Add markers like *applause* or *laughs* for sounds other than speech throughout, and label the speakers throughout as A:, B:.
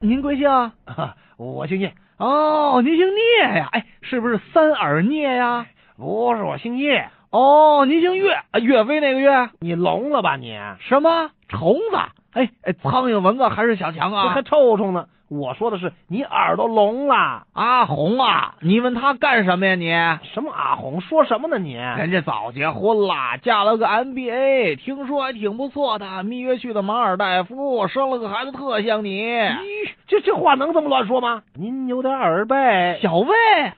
A: 您贵姓？
B: 啊， *laughs* 我姓聂，
A: 哦，您姓聂呀？哎，是不是三耳聂呀？
B: 不是我姓叶，
A: 哦，您姓岳，啊岳飞那个岳？
B: 你聋了吧你？
A: 什么虫子？哎哎，苍蝇、蚊子还是小强
B: 这
A: 啊
B: 还？臭虫呢！我说的是你耳朵聋了，
A: 阿红啊，你问他干什么呀你？
B: 什么阿红，说什么呢你？
A: 人家早结婚啦，嫁了个 MBA，听说还挺不错的，蜜月去的马尔代夫，生了个孩子特像你。
B: 咦，这这话能这么乱说吗？您有点耳背。
A: 小魏，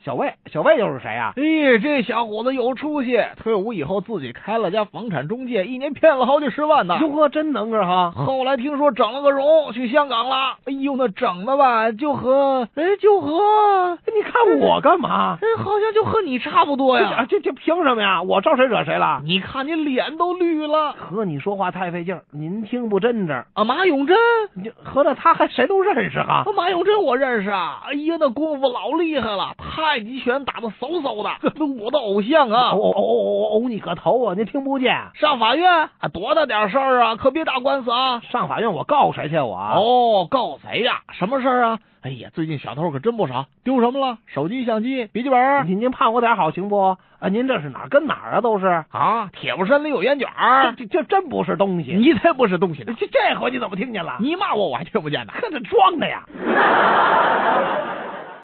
B: 小魏，小魏又是谁啊呀、
A: 哎，这小伙子有出息，退伍以后自己开了家房产中介，一年骗了好几十万呢。
B: 哟呵，真能啊哈！
A: 后来听说整了个容，去香港了。哎呦，那整的吧，就和哎，就和
B: 哎你看我干嘛？
A: 哎，好像就和你差不多呀。
B: 这这这凭什么哎呀？啊我招谁惹谁了？
A: 你看你脸都绿了。
B: 和你说话太费劲儿，您听不真着。
A: 啊，马永贞，
B: 你合着他还谁都认识啊
A: 啊？，马永贞我认识啊。哎呀，那功夫老厉害了，太极拳打的嗖嗖
B: *laughs*
A: 的，那我的偶像啊。
B: 哦哦哦哦哦！你个头啊！您听不见？
A: 上法院啊，多大点事儿啊，可别打官司啊。
B: 上法院我告谁去？我
A: 哦，告谁呀？什么事儿啊？哎呀，最近小偷可真不少，丢什么了？手机、相机、笔记本儿
B: 您您判我点好行不？啊，您这是哪儿跟哪儿啊？都是
A: 啊，铁布衫里有烟卷儿。
B: 这这啊真不是东西。
A: 你才不是东西呢！
B: 这这回你怎么听见了？
A: 你骂我我还听不见呢。
B: 可这装的呀！